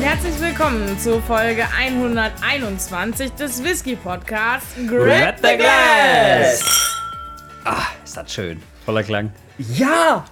Herzlich willkommen zu Folge 121 des Whisky Podcasts Grab the Glass. Ah, Ist das schön. Voller Klang. Ja!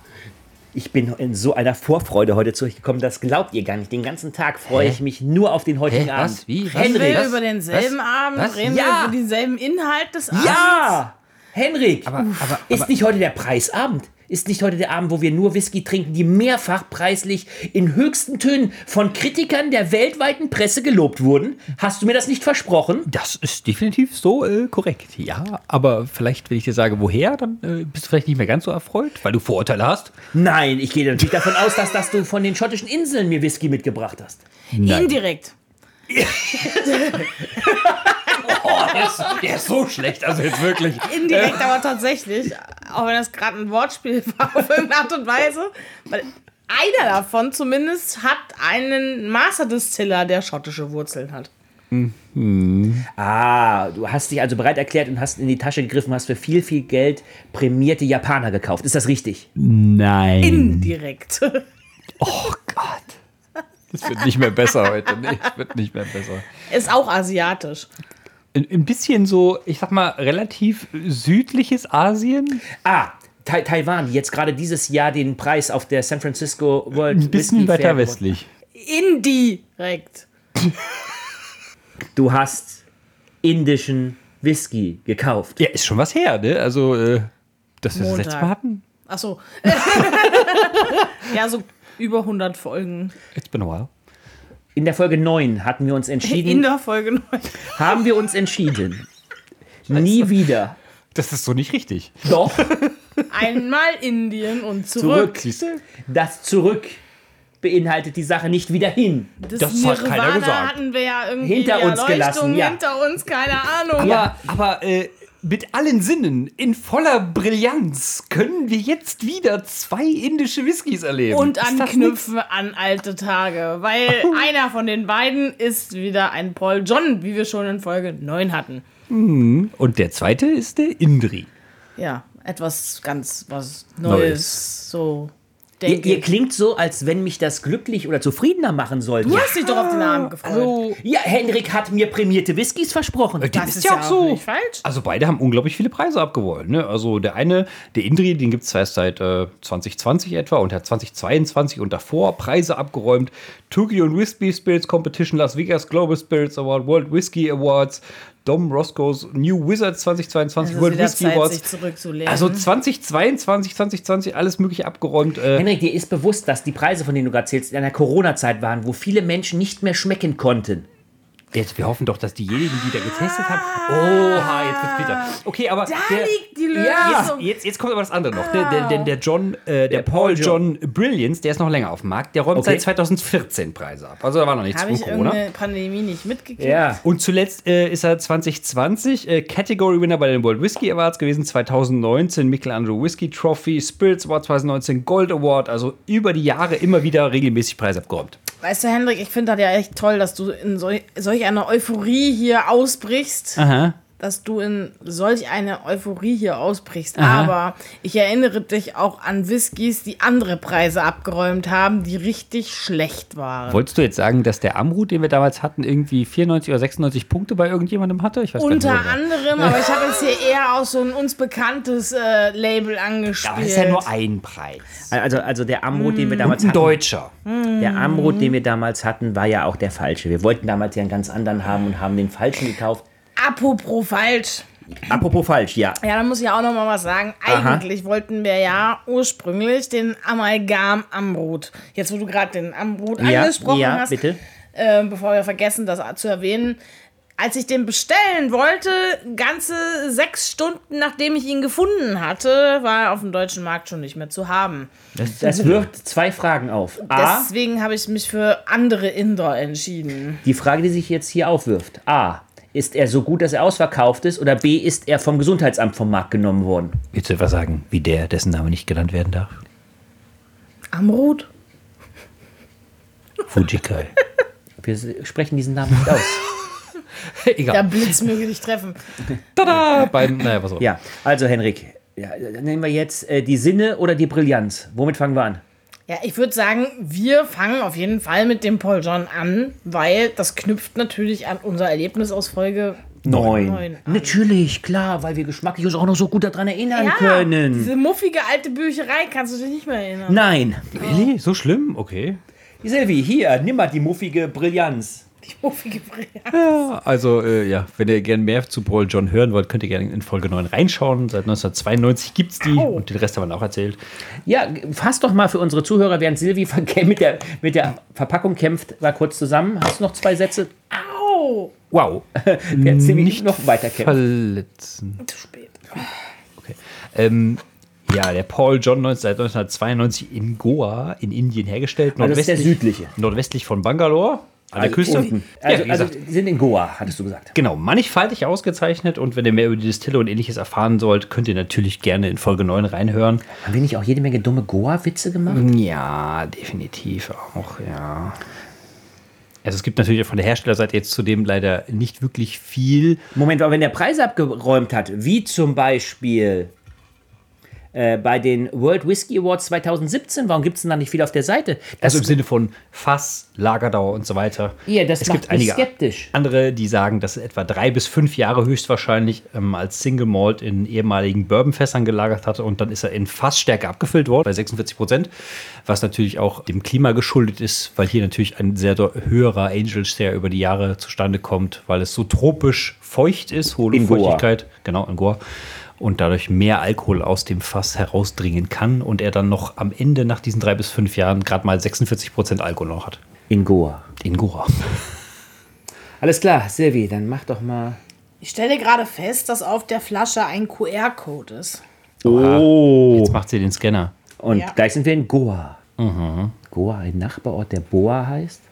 Ich bin in so einer Vorfreude heute zu euch gekommen, das glaubt ihr gar nicht. Den ganzen Tag freue ich mich nur auf den heutigen Hä, Abend. was? Wie? Was? Reden Henrik! wir Was? über denselben Was? Abend, Was? reden wir Ja. über denselben Inhalt des Abends. Ja! Henrik! Aber, aber, ist nicht heute der Preisabend? Ist nicht heute der Abend, wo wir nur Whisky trinken, die mehrfach preislich in höchsten Tönen von Kritikern der weltweiten Presse gelobt wurden? Hast du mir das nicht versprochen? das ist definitiv so äh, korrekt. Ja, aber vielleicht, wenn ich dir sage, woher, dann äh, bist du vielleicht nicht mehr ganz so erfreut, weil du Vorurteile hast. Nein, ich gehe natürlich davon aus, dass, dass du von den schottischen Inseln mir Whisky mitgebracht hast. Indirekt. Oh, der ist, der ist so schlecht, also jetzt wirklich. Indirekt, aber tatsächlich. Auch wenn das gerade ein Wortspiel war auf irgendeine Art und Weise. Weil einer davon zumindest hat einen Master Distiller, der schottische Wurzeln hat. Ah, du hast dich also bereit erklärt und hast in die Tasche gegriffen, hast für viel, viel Geld prämierte Japaner gekauft. Ist das richtig? Nein. Indirekt. Oh Gott. Das wird nicht mehr besser heute. Nee, es wird nicht mehr besser. Ist auch asiatisch. Ein, ein bisschen so, ich sag mal, relativ südliches Asien. Ah, tai Taiwan, die jetzt gerade dieses Jahr den Preis auf der San Francisco World Ein bisschen Whisky Fair weiter gewonnen- westlich. Indirekt. Du hast indischen Whisky gekauft. Ja, ist schon was her, ne? Also, äh, dass wir das Montag. letzte Mal hatten. Achso. ja, so über 100 Folgen. It's been a while. In der Folge 9 hatten wir uns In entschieden, der Folge 9. haben wir uns entschieden. Nie wieder. Das ist so nicht richtig. Doch, Einmal Indien und zurück. zurück. Siehst du? Das zurück beinhaltet die Sache nicht wieder hin. Das hat keiner Nirvana gesagt. hatten wir ja irgendwie Hinter die uns Erleuchtung gelassen, ja. hinter uns, keine Ahnung. Ja, aber äh, mit allen Sinnen, in voller Brillanz, können wir jetzt wieder zwei indische Whiskys erleben. Und Ist das anknüpfen an alte Tage, weil einer von den beiden ist wieder ein Paul John, wie wir schon in Folge 9 hatten. nicht- Und der zweite ist der Indri. Ja, etwas ganz was Neues, Neues. so Ihr, denke ihr ich. klingt so, als wenn mich das glücklich oder zufriedener machen sollte. Du hast dich doch auf den Namen gefreut. Ja, Henrik hat mir prämierte Whiskys versprochen. dem das ist ist ja ja auch auch so. nicht falsch. Also beide haben unglaublich viele Preise abgeholt. Ne? Also der eine, der Indri, den gibt es erst seit äh, 2020 etwa und hat 2022 und davor Preise abgeräumt. Tokyo and Whisky Spirits Competition, Las Vegas Global Spirits Award, World Whisky Awards, Dom Roscoe's New Wizard 2022, Es ist World wieder Whisky Zeit, Awards. sich zurückzulehnen. Also 2022, 2020, alles mögliche abgeräumt. Äh, Henrik, dir ist bewusst, dass die Preise, von denen du gerade zählst, in einer Corona-Zeit waren, wo viele Menschen nicht mehr schmecken konnten. jetzt, wir hoffen doch, dass diejenigen, die da getestet haben. Oha, jetzt wird's bitter. Okay, aber. Ah. Da Ah, Ah. liegt die Lösung. Ja, jetzt, jetzt, jetzt kommt aber das andere noch. Der, der, der, der John, äh, der, Paul John Brilliance, der ist noch länger auf dem Markt. Der räumt Okay. seit 2014 Preise ab. Also da war noch nichts Habe von ich Corona. irgendeine Pandemie nicht mitgekriegt? Und zuletzt äh, ist er 2020 äh, Category Winner bei den World Whisky Awards gewesen, 2019 Michelangelo Whisky Trophy, Spirits Award 2019, Gold Award, also über die Jahre immer wieder regelmäßig Preise abgeräumt. Weißt du, Hendrik, ich finde das ja echt toll, dass du in sol- solch einer Euphorie hier ausbrichst. Aha. Dass du in solch eine Euphorie hier ausbrichst. Aha. Aber ich erinnere dich auch an Whiskys, die andere Preise abgeräumt haben, die richtig schlecht waren. Wolltest du jetzt sagen, dass der Amrut, den wir damals hatten, irgendwie 94 oder 96 Punkte bei irgendjemandem hatte? Ich weiß gar nicht, Unter wo er war. anderem, aber ich habe jetzt hier eher auch so ein uns bekanntes äh, Label angespielt. Aber das ist ja nur ein Preis. Also, also der Amrut, den wir Mm. damals Ein hatten, Deutscher. der Amrut, den wir damals hatten, war ja auch der falsche. Wir wollten damals ja einen ganz anderen haben und haben den falschen gekauft. Apropos falsch. Apropos falsch, ja. Ja, da muss ich auch noch mal was sagen. Eigentlich wollten wir ja ursprünglich den Amalgam Amrut. Jetzt, wo du gerade den Amrut angesprochen ja, hast, bitte. ähm, bevor wir vergessen, das zu erwähnen. Als ich den bestellen wollte, ganze sechs Stunden nachdem ich ihn gefunden hatte, war er auf dem deutschen Markt schon nicht mehr zu haben. Das wirft zwei Fragen auf. A, Deswegen habe ich mich für andere Inder entschieden. die Frage, die sich jetzt hier aufwirft. A, ist er so gut, dass er ausverkauft ist? Oder B, ist er vom Gesundheitsamt vom Markt genommen worden? Willst du etwas sagen, wie der, dessen Name nicht genannt werden darf? Amrut? Fujikai. Wir sprechen diesen Namen nicht aus. Der Egal. Blitz möge dich treffen. Tada! Beim, naja, was auch. Ja, also Henrik, ja, nehmen wir jetzt äh, die Sinne oder die Brillanz? Womit fangen wir an? Ja, ich würde sagen, wir fangen auf jeden Fall mit dem Paul John an, weil das knüpft natürlich an unser Erlebnis aus Folge Neun. Neun. Natürlich, klar, weil wir geschmacklich uns auch noch so gut daran erinnern können. Diese muffige alte Bücherei kannst du dich nicht mehr erinnern. Nein. Really? So schlimm? Okay. Silvi, hier, nimm mal die muffige Brillanz. Die muffige Brille. Also, äh, ja, wenn ihr gerne mehr zu Paul John hören wollt, könnt ihr gerne in Folge 9 reinschauen. Seit 1992 gibt's die Au. und den Rest haben wir auch erzählt. Ja, fass doch mal für unsere Zuhörer, während Silvi verkä- mit der, mit der Verpackung kämpft, war kurz zusammen. Hast du noch zwei Sätze? Au! Wow. Während Silvi noch weiter kämpft. Verletzen. Zu spät. Okay. Ähm, ja, der Paul John 19 seit 1992 in Goa in Indien hergestellt. Also das ist der südliche. Nordwestlich von Bangalore an der Küste. Also Unten. Ja, wie Also, gesagt, also sind in Goa, hattest du gesagt. Genau, mannigfaltig ausgezeichnet und wenn ihr mehr über die Distille und ähnliches erfahren sollt, könnt ihr natürlich gerne in Folge 9 reinhören. Haben wir nicht auch jede Menge dumme Goa-Witze gemacht? Ja, definitiv auch, ja. Also es gibt natürlich von der Herstellerseite jetzt zudem leider nicht wirklich viel. Moment, aber wenn der Preis abgeräumt hat, wie zum Beispiel äh, bei den World Whisky Awards 2017, warum gibt es denn da nicht viel auf der Seite? Das Also im Sinne von Fass, Lagerdauer und so weiter. Ja, das es macht gibt mich einige skeptisch. andere, die sagen, dass es etwa drei bis fünf Jahre höchstwahrscheinlich ähm, als Single Malt in ehemaligen Bourbonfässern gelagert hatte und dann ist er in Fassstärke abgefüllt worden bei 46 Prozent, was natürlich auch dem Klima geschuldet ist, weil hier natürlich ein sehr do- höherer Angel Share über die Jahre zustande kommt, weil es so tropisch feucht ist, hohe In Goa. Luftfeuchtigkeit, genau in Goa. Und dadurch mehr Alkohol aus dem Fass herausdringen kann und er dann noch am Ende nach diesen drei bis fünf Jahren gerade mal 46% Alkohol noch hat. in Goa. In Goa. Alles klar, Silvi, dann mach doch mal. Ich stelle gerade fest, dass auf der Flasche ein QR-Code ist. Oh. Jetzt macht sie den Scanner. Und Ja. gleich sind wir in Goa. Goa, ein Nachbarort, der Boa heißt.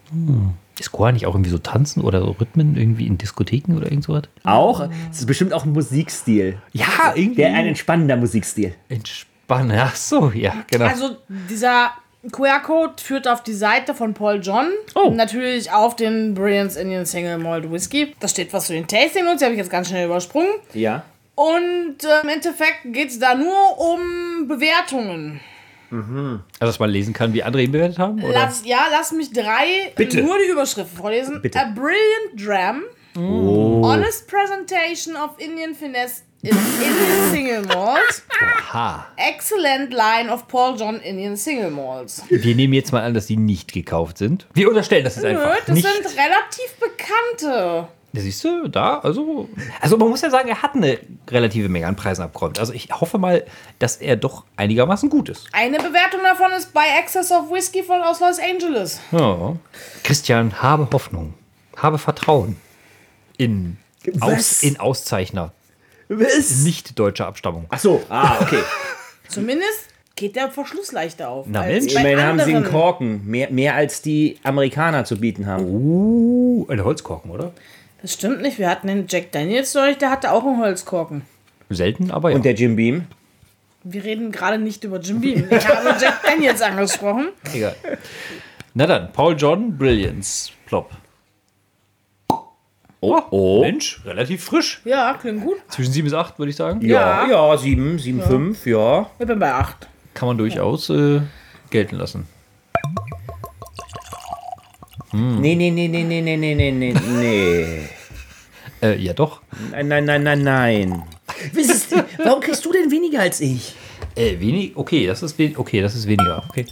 Ist Goa nicht auch irgendwie so tanzen oder so Rhythmen irgendwie in Diskotheken oder irgend sowas? Auch, es ist bestimmt auch ein Musikstil. Ja, irgendwie. Der, ein entspannender Musikstil. Entspannen. Ach so, ja, genau. Also dieser QR-Code führt auf die Seite von Paul John. Oh. Natürlich auf den Brilliance Indian Single Malt Whisky. Da steht was zu den Tasting Notes, die habe ich jetzt ganz schnell übersprungen. Ja. Und äh, im Endeffekt geht es da nur um Bewertungen. also, dass man lesen kann, wie andere ihn bewertet haben? Oder? Lass, ja, lass mich drei Bitte. nur die Überschriften vorlesen. Bitte. Oh. A brilliant dram. Honest presentation of Indian finesse in Indian single malt. Ha. Excellent line of Paul John Indian single malts. Wir nehmen jetzt mal an, dass die nicht gekauft sind. Wir unterstellen das jetzt Nö, einfach. das nicht. sind relativ bekannte. Ja, Siehst du, da, also. Also, man muss ja sagen, er hat eine relative Menge an Preisen abgeräumt. Also, ich hoffe mal, dass er doch einigermaßen gut ist. Eine Bewertung davon ist bei Access of Whiskey von aus Los Angeles. Ja. Christian, habe Hoffnung. Habe Vertrauen. In, aus, Was? in Auszeichner. Was? Nicht deutscher Abstammung. Ach so, ah, okay. Zumindest geht der Verschluss leichter auf. Na als Mensch. bei Immerhin haben sie einen anderen. Korken. Mehr, mehr als die Amerikaner zu bieten haben. Uh, ein Holzkorken, oder? Das stimmt nicht. Wir hatten den Jack Daniels neulich, der hatte auch einen Holzkorken. Selten, aber ja. Und der Jim Beam? Wir reden gerade nicht über Jim Beam. Ich habe Jack Daniels angesprochen. Egal. Na dann, Paul John, Brilliance. Plop. Oh, oh. Mensch, relativ frisch. Ja, klingt gut. Zwischen 7 bis 8, würde ich sagen. Ja, ja, 7, 7, 5, ja. Ich bin bei 8. Kann man durchaus äh, gelten lassen. Nee, nee, nee, nee, nee, nee, nee, nee, nee, nee. Äh, ja, doch. Nein, nein, nein, nein, nein. Was ist, warum kriegst du denn weniger als ich? Äh, wenig, okay, das ist wen- okay, das ist weniger. Okay.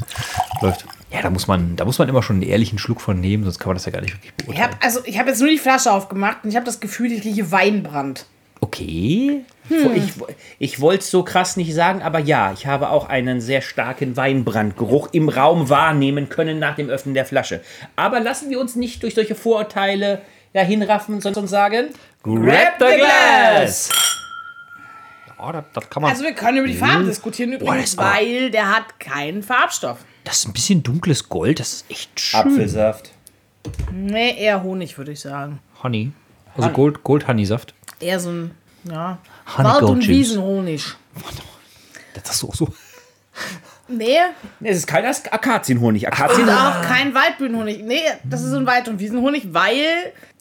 Läuft. Ja, da muss man, da muss man immer schon einen ehrlichen Schluck von nehmen, sonst kann man das ja gar nicht wirklich Ich beurteilen. habe also, ich hab jetzt nur die Flasche aufgemacht und ich habe das Gefühl, ich rieche Weinbrand. Okay. Ich, ich wollte es so krass nicht sagen, aber ja, ich habe auch einen sehr starken Weinbrandgeruch im Raum wahrnehmen können nach dem Öffnen der Flasche. Aber lassen wir uns nicht durch solche Vorurteile dahin raffen, sondern sagen, Grab the glass! Ja, das, das kann man. Also wir können über die Farben diskutieren übrigens, ist aber- weil der hat keinen Farbstoff. das ist ein bisschen dunkles Gold, das ist echt schön. Apfelsaft. Nee, eher Honig, würde ich sagen. Honey. Also Gold, Gold Honeysaft. Eher so ein, ja, Honey Wald- Gold und Gins. Wiesenhonig. Das ist auch so. Nee, Nee, Es ist kein As- Akazienhonig. Akazien und auch kein Waldbühnenhonig. Nee, das ist so ein Wald- und Wiesenhonig, weil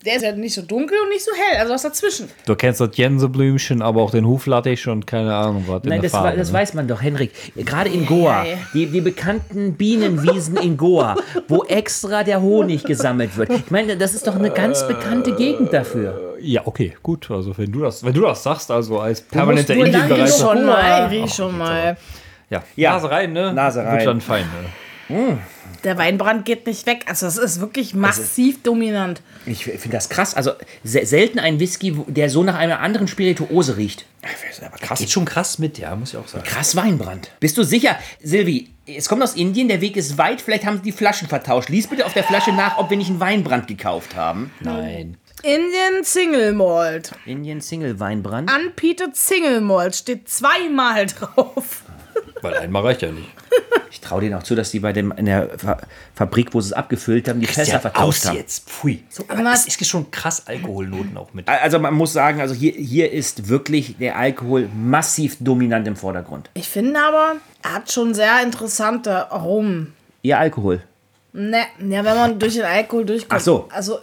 der ist ja nicht so dunkel und nicht so hell, also was dazwischen. Du kennst das Jenseblümchen, aber auch den Huflattich und keine Ahnung was. in Nein, der das, Farbe, wei- das ne? weiß man doch, Henrik. Gerade in Goa, Hey. die, die bekannten Bienenwiesen in Goa, wo extra der Honig gesammelt wird. Ich meine, das ist doch eine ganz bekannte Gegend dafür. Ja, okay, gut. Also wenn du das, wenn du das sagst, also als musst permanenter nur Indie lang Danke bereits- bereich schon Hunger. mal, riech schon mal. Ja. Ja. Nase rein, ne? Nase rein. Wird dann fein, ne? Der Weinbrand geht nicht weg. Also das ist wirklich massiv dominant. Ich finde das krass. Also se selten ein Whisky, wo- der so nach einer anderen Spirituose riecht. Das ist aber krass. Geht schon krass mit, ja, muss ich auch sagen. Krass Weinbrand. Bist du sicher? Silvi, es kommt aus Indien, der Weg ist weit, vielleicht haben sie die Flaschen vertauscht. Lies bitte auf der Flasche nach, ob wir nicht einen Weinbrand gekauft haben. Nein. Indian Single Malt. Indien Single Weinbrand. Unpeated Single Malt steht zweimal drauf. Weil einmal reicht ja nicht. Ich traue denen auch zu, dass die bei dem in der Fa Fabrik, wo sie es abgefüllt haben, die Fässer vertauscht haben. jetzt. Pfui. aber es ist schon krass Alkoholnoten auch mit. Also man muss sagen, also hier, hier ist wirklich der Alkohol massiv dominant im Vordergrund. Ich finde aber, er hat schon sehr interessante Aromen. Ihr Alkohol. Ne, ja, wenn man durch den Alkohol durchkommt. Ach so. Also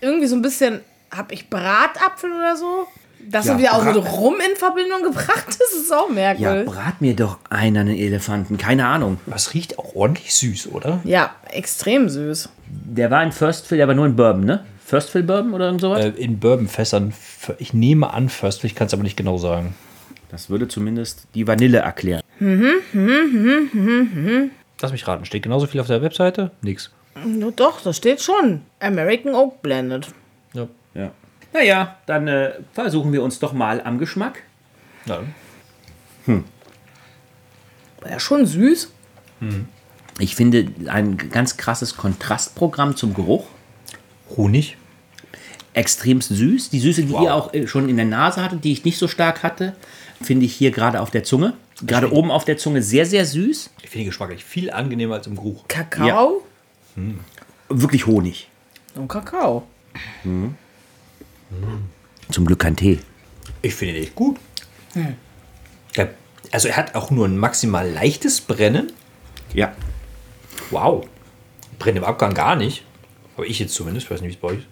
irgendwie so ein bisschen, habe ich Bratapfel oder so? Das Ja, ja, wieder auch mit Brat- Rum in Verbindung gebracht, das ist auch Ja, merkwürdig. brat mir doch einen einen Elefanten. Keine Ahnung. Das riecht auch ordentlich süß, oder? Ja, extrem süß. Der war in First Fill, der war nur in Bourbon, ne? First Fill Bourbon oder irgend sowas? Äh, in Bourbonfässern. f- Ich nehme an, First, ich kann es aber nicht genau sagen. Das würde zumindest die Vanille erklären. Lass mich raten. Steht genauso viel auf der Webseite? Nix. No, doch, das steht schon. American Oak Blended. Ja. Ja. Naja, dann äh, versuchen wir uns doch mal am Geschmack. ja. War ja schon süß. Ich finde ein ganz krasses Kontrastprogramm zum Geruch. Honig. extremst süß. Die Süße, die Wow. ihr auch äh, schon in der Nase hattet, die ich nicht so stark hatte, finde ich hier gerade auf der Zunge. Gerade oben auf der Zunge sehr, sehr süß. Ich finde die geschmacklich viel angenehmer als im Geruch. Kakao Wirklich Honig. und Kakao. Zum Glück kein Tee. Ich finde den echt gut. Hm. Der- Also er hat auch nur ein maximal leichtes Brennen. Ja. Wow. Brennt im Abgang gar nicht. Aber ich jetzt zumindest, ich weiß nicht, wie es bei euch ist.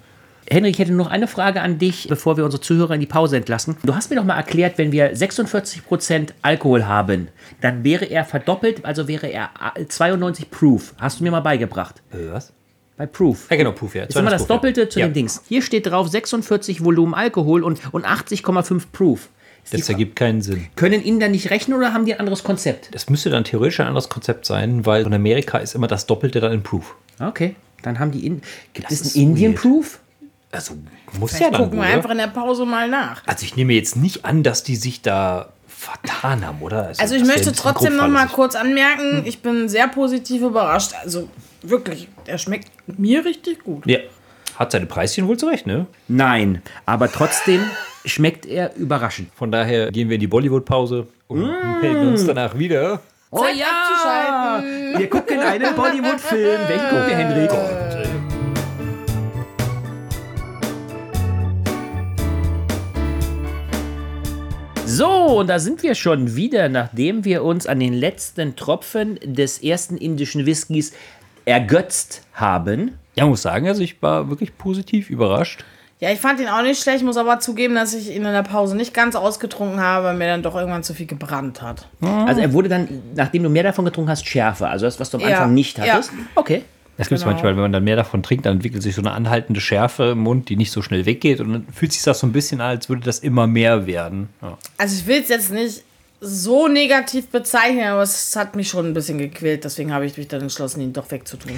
Henrik, ich hätte noch eine Frage an dich, bevor wir unsere Zuhörer in die Pause entlassen. Du hast mir doch mal erklärt, wenn wir 46% Alkohol haben, dann wäre er verdoppelt, also wäre er 92 Proof. Hast du mir mal beigebracht. Äh, Was? Bei Proof. Ja, genau, Puff, ja. Ist immer das Proof, ja. Doppelte zu ja. dem Dings. Hier steht drauf 46 Volumen Alkohol und, und 80,5 Proof. Ist die Das ergibt keinen Sinn. Können Inder nicht rechnen oder haben die ein anderes Konzept? Das müsste dann theoretisch ein anderes Konzept sein, weil in Amerika ist immer das Doppelte dann in Proof. Okay, dann haben die in Gibt Das es ist einen Indian weird. Proof? Also muss Vielleicht ja dann. gucken wir Wohl, einfach oder? in der Pause mal nach. Also ich nehme jetzt nicht an, dass die sich da vertan haben, oder? Also ich das wäre möchte ein bisschen trotzdem grob noch mal fahrlässig. kurz anmerken, Hm. ich bin sehr positiv überrascht. Also wirklich, der schmeckt mir richtig gut. Ja. Hat seine Preischen wohl zurecht, ne? Nein, aber trotzdem schmeckt er überraschend. Von daher gehen wir in die Bollywood-Pause und melden uns danach wieder. Oh ja! Wir gucken einen Bollywood-Film. Welchen gucken wir, Henrik? Oh. So, und da sind wir schon wieder, nachdem wir uns an den letzten Tropfen des ersten indischen Whiskys ergötzt haben. Ja, muss sagen, also ich war wirklich positiv überrascht. Ja, ich fand ihn auch nicht schlecht, muss aber zugeben, dass ich ihn in der Pause nicht ganz ausgetrunken habe, weil mir dann doch irgendwann zu viel gebrannt hat. Also er wurde dann, nachdem du mehr davon getrunken hast, schärfer. Also das, was du am Ja, Anfang nicht hattest. ja. Okay. Das gibt es Genau. manchmal, wenn man dann mehr davon trinkt, dann entwickelt sich so eine anhaltende Schärfe im Mund, die nicht so schnell weggeht. Und dann fühlt sich das so ein bisschen an, als würde das immer mehr werden. Ja. Also ich will es jetzt nicht so negativ bezeichnen, aber es hat mich schon ein bisschen gequält, deswegen habe ich mich dann entschlossen, ihn doch wegzutun.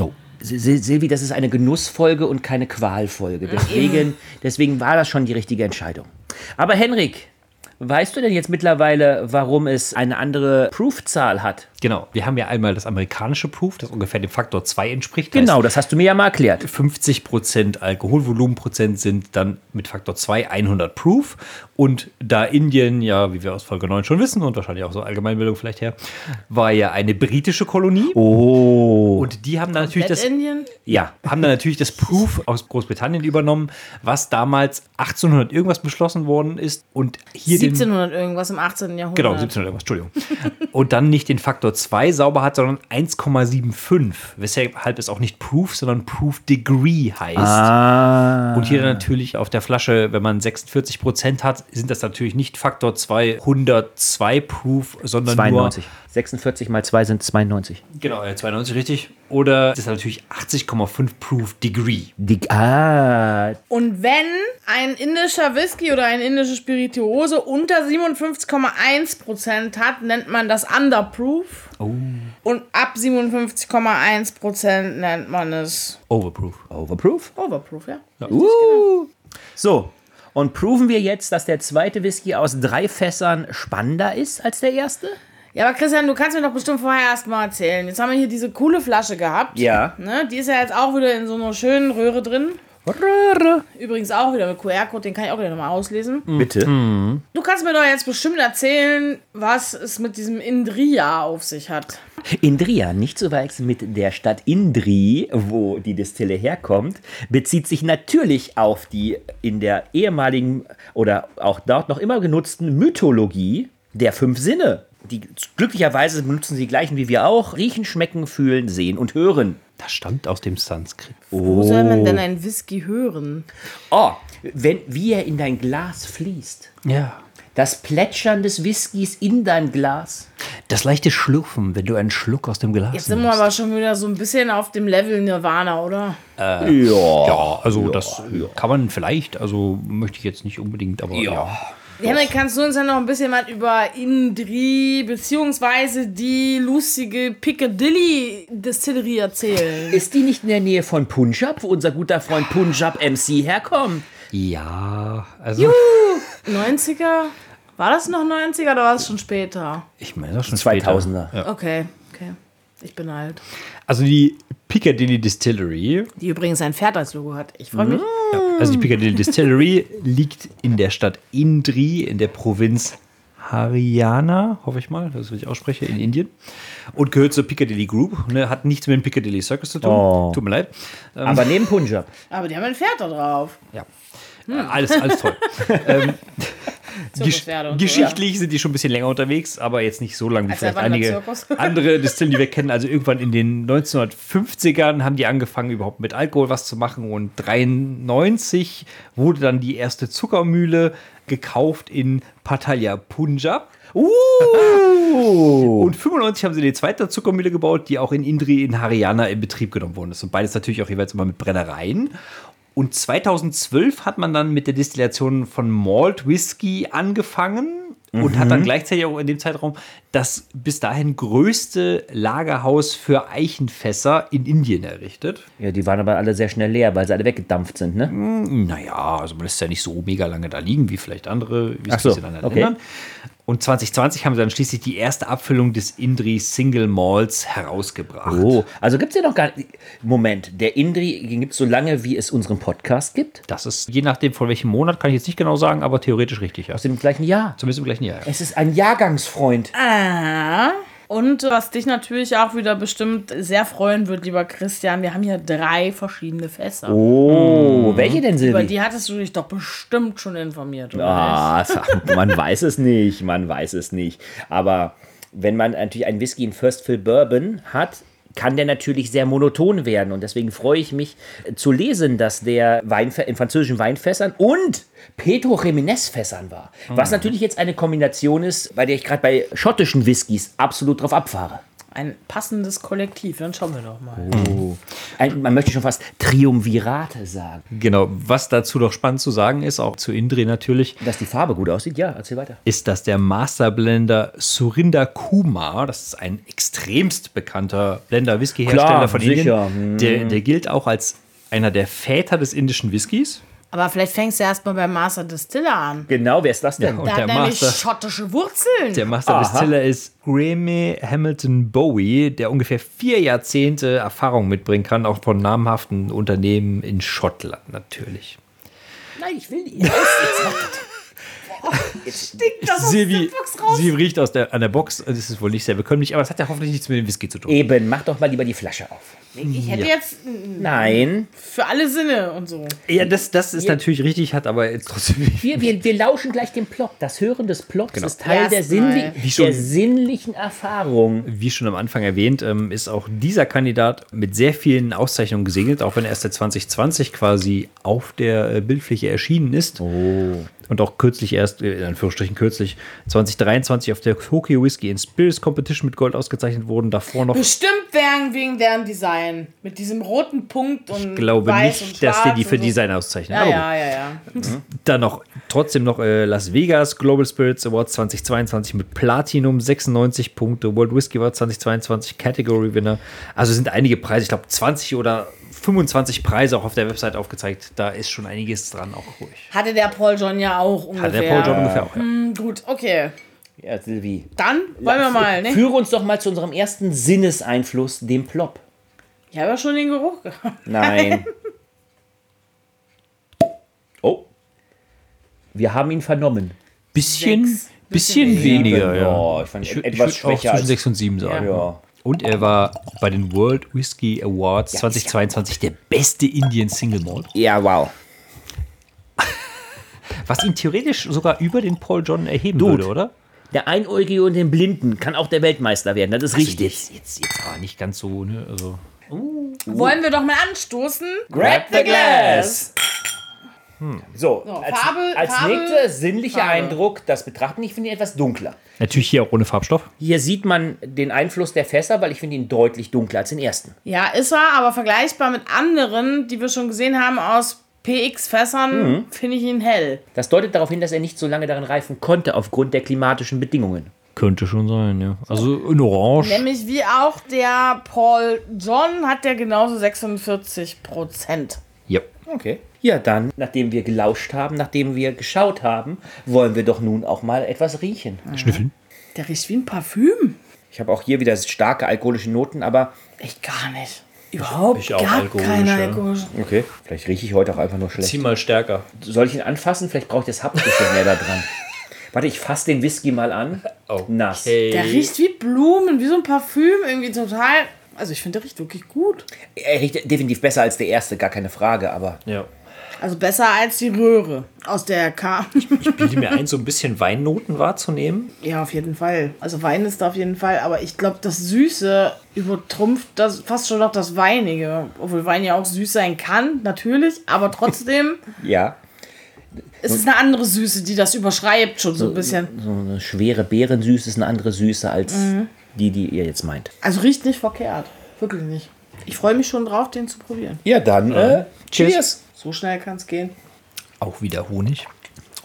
Oh. Sil- Sil- Silvi, das ist eine Genussfolge und keine Qualfolge. Deswegen, deswegen war das schon die richtige Entscheidung. Aber Henrik, weißt du denn jetzt mittlerweile, warum es eine andere Proofzahl hat? Genau. Wir haben ja einmal das amerikanische Proof, das ungefähr dem Faktor 2 entspricht. Genau, das hast du mir ja mal erklärt. 50% Alkoholvolumenprozent sind dann mit Faktor 2 100 Proof. Und da Indien, ja, wie wir aus Folge 9 schon wissen und wahrscheinlich auch so Allgemeinbildung vielleicht her, war ja eine britische Kolonie. Oh. Und die haben da natürlich Das das, Indien? ja, haben dann natürlich das Proof aus Großbritannien übernommen, was damals 1800 irgendwas beschlossen worden ist und hier den 1700 irgendwas im 18. Jahrhundert. Genau, 17 irgendwas, Entschuldigung. Und dann nicht den Faktor 2 sauber hat, sondern 1,75. Weshalb halt es auch nicht Proof, sondern Proof Degree heißt. Und hier natürlich auf der Flasche, wenn man 46% hat, sind das natürlich nicht Faktor 2 102 Proof, sondern 92. 46 mal 2 sind 92. nur. Genau, ja, 92, richtig. Oder das ist natürlich 80,5 Proof Degree. Die, ah, Und wenn ein indischer Whisky oder eine indische Spirituose unter 57,1% hat, nennt man das Underproof. Oh. Und ab 57,1% nennt man es Overproof. Overproof. Overproof, ja. Uh. So, und proven wir jetzt, dass der zweite Whisky aus drei Fässern spannender ist als der erste? Ja, aber Christian, du kannst mir doch bestimmt vorher erstmal erzählen. Jetzt haben wir hier diese coole Flasche gehabt. Ja. Ne? Die ist ja jetzt auch wieder in so einer schönen Röhre drin. Übrigens auch wieder mit QR-Code, den kann ich auch wieder nochmal auslesen. Mhm. Bitte. Du kannst mir doch jetzt bestimmt erzählen, was es mit diesem Indria auf sich hat. Indria, nicht zu verwechseln mit der Stadt Indri, wo die Distille herkommt, bezieht sich natürlich auf die in der ehemaligen oder auch dort noch immer genutzten Mythologie der fünf Sinne. Die glücklicherweise benutzen sie die gleichen wie wir auch. Riechen, schmecken, fühlen, sehen und hören. Das stammt aus dem Sanskrit. Wo soll man denn einen Whisky hören? Oh, wenn, wie er in dein Glas fließt. Ja. Das Plätschern des Whiskys in dein Glas. Das leichte Schlürfen, wenn du einen Schluck aus dem Glas Jetzt sind wir aber schon wieder so ein bisschen auf dem Level Nirvana, oder? Ja. Ja, also das kann man vielleicht, also möchte ich jetzt nicht unbedingt, aber ja. Henrik, kannst du uns ja noch ein bisschen was über Indri beziehungsweise die lustige Piccadilly Distillerie erzählen? Ist die nicht in der Nähe von Punjab, wo unser guter Freund Punjab MC herkommt? Ja, also 90er? War das noch 90er oder war es schon später? ich meine das schon 2000er. Später. Ja. Okay, okay. Ich bin alt. Also die Piccadilly Distillery, Die übrigens ein Pferd als Logo hat. Ich freue mich. also die Piccadilly Distillery liegt in der Stadt Indri in der Provinz Haryana, hoffe ich mal, dass ich richtig ausspreche, in Indien und gehört zur Piccadilly Group, ne, hat nichts mit dem Piccadilly Circus zu tun. Oh. Tut mir leid. Aber neben Punjab. Aber die haben ein Pferd da drauf. Ja. Alles, alles toll. ähm, gesch Zirkuspferde und so, geschichtlich sind die schon ein bisschen länger unterwegs, aber jetzt nicht so lang wie Als vielleicht einige Wanderzirkus. andere Distillen, die wir kennen. Also irgendwann in den 1950ern haben die angefangen, überhaupt mit Alkohol was zu machen und 93 wurde dann die erste Zuckermühle gekauft in Pattaya, Punjab. Uh. Und 95 haben sie die zweite Zuckermühle gebaut, die auch in Indri in Haryana in Betrieb genommen worden ist. Und beides natürlich auch jeweils immer mit Brennereien. Und 2012 hat man dann mit der Destillation von Malt Whisky angefangen und hat dann gleichzeitig auch in dem Zeitraum das bis dahin größte Lagerhaus für Eichenfässer in Indien errichtet. ja, die waren aber alle sehr schnell leer, weil sie alle weggedampft sind, ne? Naja, also man lässt ja nicht so mega lange da liegen, wie vielleicht andere wie Ach so, in anderen okay. Ländern. Und 2020 haben sie dann schließlich die erste Abfüllung des Indri Single Malls herausgebracht. Oh, also gibt's ja noch gar nicht. Moment, der Indri gibt's so lange, wie es unseren Podcast gibt? Das ist, je nachdem von welchem Monat, kann ich jetzt nicht genau sagen, aber theoretisch richtig, ja. Aus dem gleichen Jahr. Zumindest im gleichen Jahr. Ja. Es ist ein Jahrgangsfreund. Äh? Ah. Und was dich natürlich auch wieder bestimmt sehr freuen wird, lieber Christian, wir haben hier drei verschiedene Fässer. Oh, welche denn, Über Silvi? die hattest du dich doch bestimmt schon informiert, oder? Ah, man weiß es nicht, man weiß es nicht. Aber wenn man natürlich einen Whisky in First Fill Bourbon hat, kann der natürlich sehr monoton werden. Und deswegen freue ich mich äh, zu lesen, dass der Weinfe in französischen Weinfässern und Petro Fässern war. Was natürlich jetzt eine Kombination ist, bei der ich gerade bei schottischen Whiskys absolut drauf abfahre. Ein passendes Kollektiv, dann schauen wir doch mal. Ein, man möchte schon fast Triumvirate sagen. Genau, was dazu noch spannend zu sagen ist, auch zu Indri natürlich, Dass die Farbe gut aussieht, ja, erzähl weiter. ist, dass der Masterblender Surinder Kumar, das ist ein extremst bekannter Blender Whisky-Hersteller Klar, von sicher. Indien, der, der gilt auch als einer der Väter des indischen Whiskys. Aber vielleicht fängst du erstmal beim Master Distiller an. Genau, wer ist das denn? Da Ja, Der hat nämlich Master- schottische Wurzeln. Der Master Distiller ist Graeme Hamilton Bowie, der ungefähr vier Jahrzehnte Erfahrung mitbringen kann, auch von namhaften Unternehmen in Schottland natürlich. Nein, ich will die. Jetzt, jetzt, Stinkt das aus der Silvi, Box raus? sie riecht aus der, an der Box. Das ist wohl nicht sehr bekömmlich, aber es hat ja hoffentlich nichts mit dem Whisky zu tun. Eben, mach doch mal lieber die Flasche auf. Ich hätte jetzt mm, Nein. für alle Sinne und so. Ja, das, das ist natürlich richtig, hat aber jetzt trotzdem. Wir, wir, wir lauschen gleich dem Plot. Das Hören des Plots ist Teil der, Erstmal. sinnli- Wie schon- der sinnlichen Erfahrung. Wie schon am Anfang erwähnt, ähm, ist auch dieser Kandidat mit sehr vielen Auszeichnungen gesegnet, auch wenn er erst seit 2020 quasi auf der äh, Bildfläche erschienen ist. Und auch kürzlich erst, äh, in Anführungsstrichen kürzlich, 2023 auf der Tokyo Whisky and Spirits Competition mit Gold ausgezeichnet wurden. Davor noch, ich Bestimmt wären wegen deren Design. Mit diesem roten Punkt und. Ich glaube weiß und nicht, dass die schwarz die für und so. Design auszeichnen. Ja, Aber ja, ja, ja. Dann noch trotzdem noch äh, Las Vegas Global Spirits Award 2022 mit Platinum 96 Punkte, World Whisky Award 2022 Category Winner. Also sind einige Preise, ich glaube 20 oder 25 Preise auch auf der Website aufgezeigt. Da ist schon einiges dran, auch ruhig. Hatte der Paul John ja auch ungefähr. Hat der Paul John ungefähr auch. Ja. Hm, Gut, okay. Ja, Silvi. Dann wollen wir mal, ne? Führe uns doch mal zu unserem ersten Sinneseinfluss, dem Plop. Ich habe ja schon den Geruch gehabt. Nein. oh. Wir haben ihn vernommen. Bisschen, Sechs. bisschen weniger. Ja. Ja, genau. ich fand Ich ihn wür- ich etwas würd auch schwächer zwischen als. 6 und 7 sagen. ja. Und er war bei den World Whisky Awards 2022 der beste Indian Single Malt. ja, wow. Was ihn theoretisch sogar über den Paul John erheben würde, oder? Der Einäugige und den Blinden kann auch der Weltmeister werden. Das ist richtig. Jetzt, jetzt, jetzt aber nicht ganz so, ne? Also. Wollen wir doch mal anstoßen? Grab the glass! So, als, Farbe- als Farbe- nächster sinnlicher Farbe. Eindruck, das Betrachten, ich finde ihn etwas dunkler. Natürlich hier auch ohne Farbstoff. Hier sieht man den Einfluss der Fässer, weil ich finde ihn deutlich dunkler als den ersten. Ja, ist er, aber vergleichbar mit anderen, die wir schon gesehen haben aus PX-Fässern, Mhm. finde ich ihn hell. Das deutet darauf hin, dass er nicht so lange darin reifen konnte, aufgrund der klimatischen Bedingungen. Könnte schon sein, ja. Also in Orange. Nämlich wie auch der Paul John hat der genauso 46 Prozent. Ja. Okay. Ja, dann, nachdem wir gelauscht haben, nachdem wir geschaut haben, wollen wir doch nun auch mal etwas riechen. Schnüffeln. Der riecht wie ein Parfüm. Ich habe auch hier wieder starke alkoholische Noten, aber Echt gar nicht. Überhaupt ich auch gar alkoholisch, keine ja. alkoholische. okay, vielleicht rieche ich heute auch einfach nur schlecht. mal stärker. Soll ich ihn anfassen? Vielleicht braucht das Haptische mehr da dran. Warte, ich fasse den Whisky mal an. Nass. Der riecht wie Blumen, wie so ein Parfüm. Irgendwie total. Also ich finde, der riecht wirklich gut. Er riecht definitiv besser als der erste, gar keine Frage, aber Ja. Also besser als die Röhre, aus der er kam. Bilde mir ein, so ein bisschen Weinnoten wahrzunehmen. Ja, auf jeden Fall. Also Wein ist da auf jeden Fall, aber ich glaube, das Süße übertrumpft das fast schon noch das Weinige. Obwohl Wein ja auch süß sein kann, natürlich, aber trotzdem ja. ist es eine andere Süße, die das überschreibt schon so ein bisschen. So eine schwere Beerensüße ist eine andere Süße als die, die ihr jetzt meint. Also riecht nicht verkehrt. Wirklich nicht. Ich freue mich schon drauf, den zu probieren. Ja, dann. Äh, cheers. So schnell kann es gehen. Auch wieder Honig.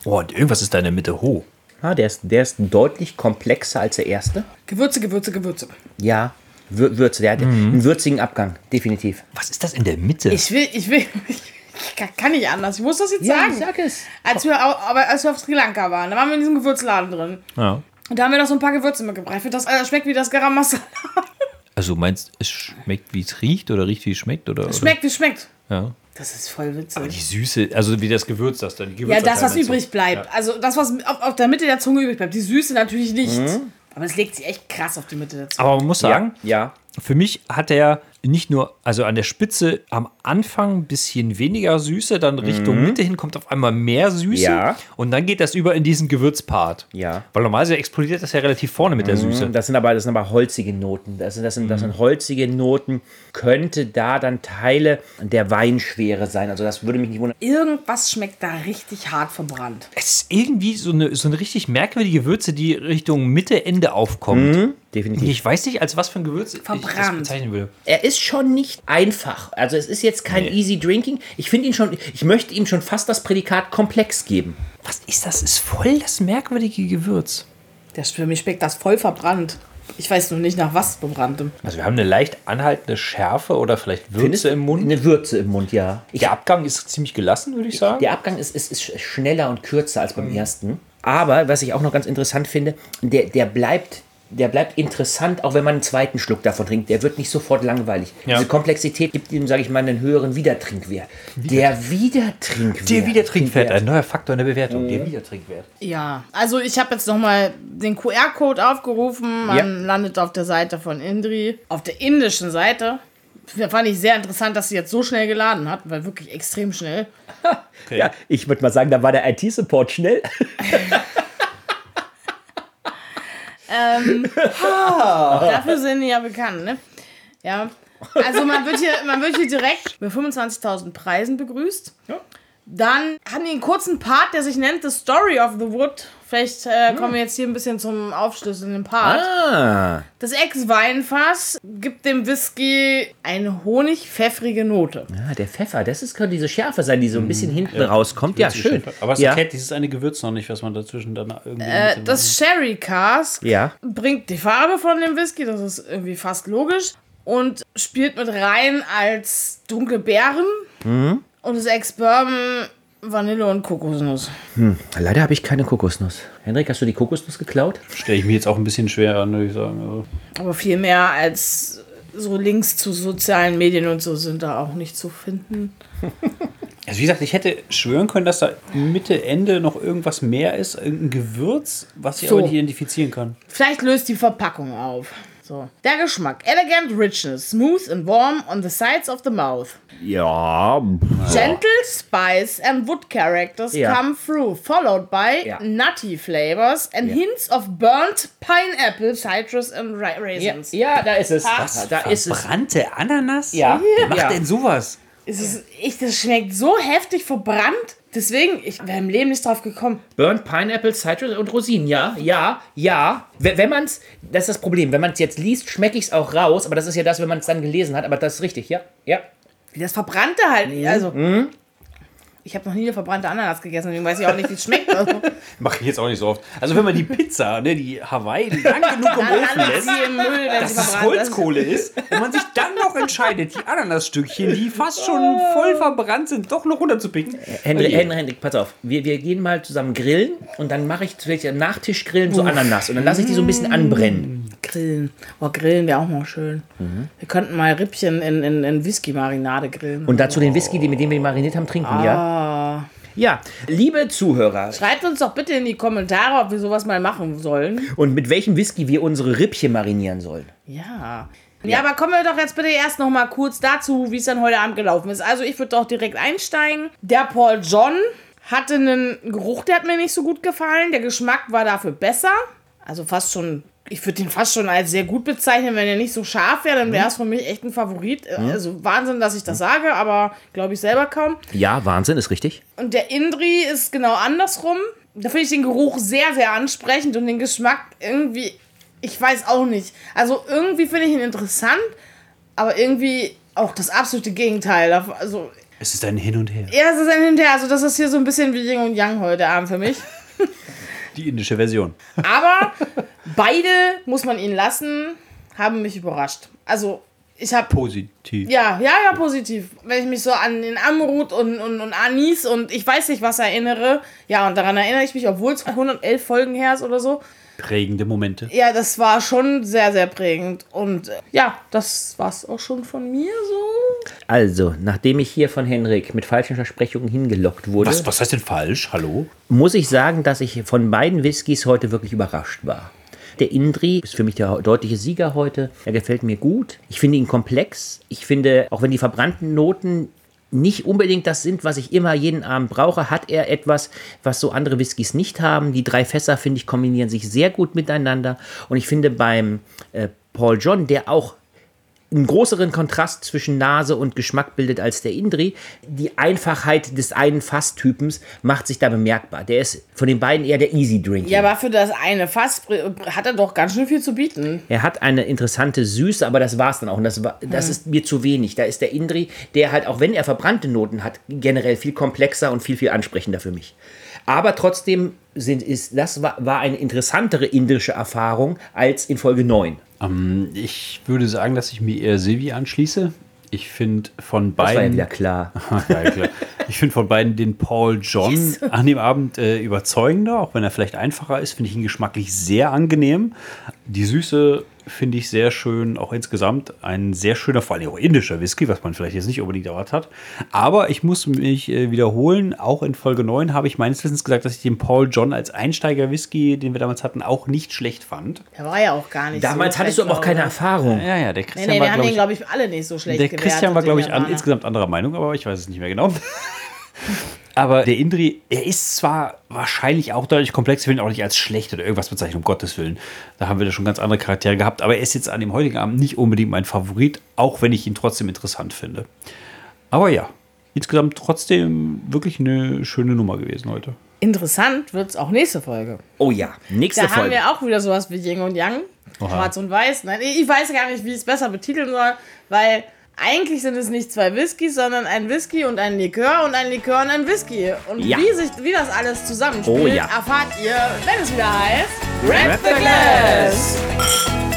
Oh, und irgendwas ist da in der Mitte hoch. Ah, der, ist, der ist deutlich komplexer als der erste. Gewürze, Gewürze, Gewürze. Ja, Wür Würze. Der hat einen würzigen Abgang, definitiv. Was ist das in der Mitte? Ich will, ich will, ich kann- kann nicht anders. Ich muss das jetzt sagen. es. Als wir, au- aber als wir auf Sri Lanka waren, da waren wir in diesem Gewürzladen drin. ja. Und da haben wir noch so ein paar Gewürze mitgebracht. Ich finde, das äh, schmeckt wie das Garam Masala. Also meinst es schmeckt, wie es riecht oder riecht, wie es schmeckt? Oder, Es Schmeckt, wie es schmeckt. Ja. Das ist voll Oder? Die witzig. Süße, also wie das Gewürz das dann. die Ja, Gewürzanteil das, was meinst du? übrig bleibt. Ja. Also das, was auf, auf der Mitte der Zunge übrig bleibt. Die Süße natürlich nicht. Mhm. Aber es legt sich echt krass auf die Mitte der Zunge. Aber man muss sagen, Ja, ja. Für mich hat er nicht nur, also an der Spitze am Anfang ein bisschen weniger Süße, dann Richtung Mitte hin kommt auf einmal mehr Süße Mhm. Ja. und dann geht das über in diesen Gewürzpart. Ja. Mhm. Weil normalerweise explodiert das ja relativ vorne mit der Süße. Das sind aber, das sind aber holzige Noten. Das sind, das, sind, das Mhm. sind holzige Noten. Könnte da dann Teile der Weinschwere sein? Also, das würde mich nicht wundern. Irgendwas schmeckt da richtig hart verbrannt. Es ist irgendwie so eine, so eine richtig merkwürdige Gewürze, die Richtung Mitte, Ende aufkommt. Mhm. Definitiv. Ich weiß nicht, als was für ein Gewürz ich das Verbrannt. bezeichnen würde. Er ist schon nicht einfach. Also, es ist jetzt kein Nee. easy drinking. Ich finde ihn schon, ich möchte ihm schon fast das Prädikat komplex geben. Was ist das? Ist voll das merkwürdige Gewürz. Das, für mich schmeckt das voll verbrannt. Ich weiß nur nicht, nach was verbranntem. Also wir haben eine leicht anhaltende Schärfe oder vielleicht Würze im Mund. Eine Würze im Mund, ja. Der Abgang ist ziemlich gelassen, würde ich sagen. Der Abgang ist, ist, ist schneller und kürzer als beim ersten. Aber was ich auch noch ganz interessant finde, der, der bleibt der bleibt interessant, auch wenn man einen zweiten Schluck davon trinkt. Der wird nicht sofort langweilig. Ja. Diese Komplexität gibt ihm, sage ich mal, einen höheren Wiedertrinkwert. Der Wiedertrinkwert. Der halt Wiedertrinkwert, ein neuer Faktor in der Mhm. Bewertung. Der Wiedertrinkwert. Ja, also ich habe jetzt nochmal den QR-Code aufgerufen. Man Ja. landet auf der Seite von Indri, auf der indischen Seite. Fand ich sehr interessant, dass sie jetzt so schnell geladen hat, weil wirklich extrem schnell. Ja, ich würde mal sagen, da war der IT-Support schnell. Oh. Dafür sind die ja bekannt, ne? Ja. Also man wird hier, man wird hier direkt mit 25.000 Preisen begrüßt. Dann haben die einen kurzen Part, der sich nennt The Story of the Wood. Vielleicht äh, kommen wir jetzt hier ein bisschen zum aufschlüsselnden Part. Hm. Ah. Das Ex-Weinfass gibt dem Whisky eine honigpfeffrige Note. Ah, der Pfeffer, das ist, könnte diese Schärfe sein, die so ein bisschen hinten rauskommt. Ja, schön. Aber es ja. erkennt dieses eine Gewürz noch nicht, was man dazwischen dann irgendwie. Äh, das Sherry Cask Ja. bringt die Farbe von dem Whisky, das ist irgendwie fast logisch. Und spielt mit rein als dunkle Beeren. Und das Ex-Bourbon Vanille und Kokosnuss. Leider habe ich keine Kokosnuss. Henrik, hast du die Kokosnuss geklaut? stelle ich mir jetzt auch ein bisschen schwer an, würde ich sagen. Also, Aber viel mehr als so Links zu sozialen Medien und so sind da auch nicht zu finden. also wie gesagt, ich hätte schwören können, dass da Mitte, Ende noch irgendwas mehr ist, irgendein Gewürz, was ich So. aber nicht identifizieren kann. Vielleicht löst die Verpackung auf. So. Der Geschmack. Elegant richness, smooth and warm on the sides of the mouth. Ja. Gentle spice and wood characters Ja. come through, followed by Ja. nutty flavors and hints of burnt pineapple, citrus and ra Ja, raisins. ja, da ist es. Da ist es. Verbrannte Ananas? Ja. Wer macht Ja. denn sowas? Es ist, ich, das schmeckt so heftig verbrannt. Deswegen, ich wäre im Leben nicht drauf gekommen. Burnt Pineapple, Citrus und Rosinen, ja, ja, ja. W- Wenn man es, das ist das Problem, wenn man es jetzt liest, schmecke ich es auch raus, aber das ist ja das, wenn man es dann gelesen hat, aber das ist richtig, ja, ja. Wie das Verbrannte halt. Mhm. Also, ich habe noch nie eine verbrannte Ananas gegessen, deswegen weiß ich auch nicht, wie es schmeckt. Also, Mache ich jetzt auch nicht so oft. Also wenn man die Pizza, ne, die Hawaii, die lang genug im dann Ofen landet lässt, sie im Müll, wenn sie dass es verbrannt ist. Holzkohle ist und man sich dann noch entscheidet, die Ananasstückchen, die fast schon voll verbrannt sind, doch noch runterzupicken. Henrik, Okay. Henrik, Henrik, pass auf. Wir, wir gehen mal zusammen grillen und dann mache ich vielleicht am Nachtisch grillen so Ananas und dann lasse ich die so ein bisschen anbrennen. Grillen. Boah, grillen wäre auch mal schön. Mhm. Wir könnten mal Rippchen in, in, in Whisky-Marinade grillen. Und dazu den Whisky, den, mit dem wir ihn mariniert haben, trinken, ja? Ja, liebe Zuhörer, Schreibt uns doch bitte in die Kommentare, ob wir sowas mal machen sollen. und mit welchem Whisky wir unsere Rippchen marinieren sollen. Ja. Ja, aber kommen wir doch jetzt bitte erst noch mal kurz dazu, wie es dann heute Abend gelaufen ist. Also ich würde doch direkt einsteigen. Der Paul John hatte einen Geruch, der hat mir nicht so gut gefallen. Der Geschmack war dafür besser. Also fast schon, ich würde den fast schon als sehr gut bezeichnen. Wenn er nicht so scharf wäre, dann wäre es für mich echt ein Favorit. Also Wahnsinn, dass ich das sage, aber glaube ich selber kaum. Ja, Wahnsinn, ist richtig. Und der Indri ist genau andersrum. Da finde ich den Geruch sehr, sehr ansprechend und den Geschmack irgendwie, ich weiß auch nicht. Also irgendwie finde ich ihn interessant, aber irgendwie auch das absolute Gegenteil. davon. Also Es ist ein Hin und Her. er ist ein Hinterher. Also das ist hier so ein bisschen wie Yin und Yang heute Abend für mich. Die indische Version. Aber beide, muss man ihn lassen, haben mich überrascht. Also ich habe Positiv. Ja, ja, ja, positiv. Wenn ich mich so an den Amrut und, und, und Anis und ich weiß nicht was erinnere. Ja, und daran erinnere ich mich, obwohl es 111 Folgen her ist oder so. Prägende Momente. Ja, das war schon sehr, sehr prägend. Und äh, ja, das war's auch schon von mir so. Also, nachdem ich hier von Henrik mit falschen Versprechungen hingelockt wurde, Was, was heißt denn falsch? Hallo? muss ich sagen, dass ich von beiden Whiskys heute wirklich überrascht war. Der Indri ist für mich der deutliche Sieger heute. Er gefällt mir gut. Ich finde ihn komplex. Ich finde, auch wenn die verbrannten Noten nicht unbedingt das sind, was ich immer jeden Abend brauche, hat er etwas, was so andere Whiskys nicht haben. Die drei Fässer, finde ich, kombinieren sich sehr gut miteinander. Und ich finde beim äh, Paul John, der auch einen größeren Kontrast zwischen Nase und Geschmack bildet als der Indri. Die Einfachheit des einen Fasstypens macht sich da bemerkbar. Der ist von den beiden eher der Easy Drink. Ja, aber für das eine Fass hat er doch ganz schön viel zu bieten. Er hat eine interessante Süße, aber das war's dann auch. Und das, war, Mhm. das ist mir zu wenig. Da ist der Indri, der halt, auch wenn er verbrannte Noten hat, generell viel komplexer und viel, viel ansprechender für mich. Aber trotzdem sind, ist, das war, war eine interessantere indische Erfahrung als in Folge 9. Ich würde sagen, dass ich mir eher Silvi anschließe. Ich finde von Das war ja beiden. wieder klar. ja, klar. Ah, Ich finde von beiden den Paul John Yes. an dem Abend äh, überzeugender, auch wenn er vielleicht einfacher ist, finde ich ihn geschmacklich sehr angenehm. Die Süße finde ich sehr schön, auch insgesamt ein sehr schöner, vor allem auch indischer Whisky, was man vielleicht jetzt nicht unbedingt erwartet hat. Aber ich muss mich äh, wiederholen, auch in Folge 9 habe ich meines Wissens gesagt, dass ich den Paul John als Einsteiger-Whisky, den wir damals hatten, auch nicht schlecht fand. Der war ja auch gar nicht Damals so hattest du aber auch keine schlecht, Erfahrung. Ja, ja, der glaube ich. Christian Nee, nee, war, wir haben glaub den, ich, glaube ich, alle nicht so schlecht der gewertet. Christian war, den glaube ich, an, Japaner. insgesamt anderer Meinung, aber ich weiß es nicht mehr genau. aber der Indri, er ist zwar wahrscheinlich auch dadurch komplex, ich will ihn auch nicht als schlecht oder irgendwas bezeichnen, um Gottes Willen. Da haben wir da schon ganz andere Charaktere gehabt, aber er ist jetzt an dem heutigen Abend nicht unbedingt mein Favorit, auch wenn ich ihn trotzdem interessant finde. Aber ja, insgesamt trotzdem wirklich eine schöne Nummer gewesen heute. Interessant wird es auch nächste Folge. Oh ja, nächste Da haben Folge. wir auch wieder sowas wie Yin und Yang. Schwarz und Weiß. Nein, ich ich weiß gar nicht, wie ich es besser betiteln soll, weil eigentlich sind es nicht zwei Whiskys, sondern ein Whisky und ein Likör und ein Likör und ein Whisky. Und Ja. wie, sich, wie das alles zusammenspielt, Oh ja. erfahrt ihr, wenn es wieder heißt Wrap the Glass.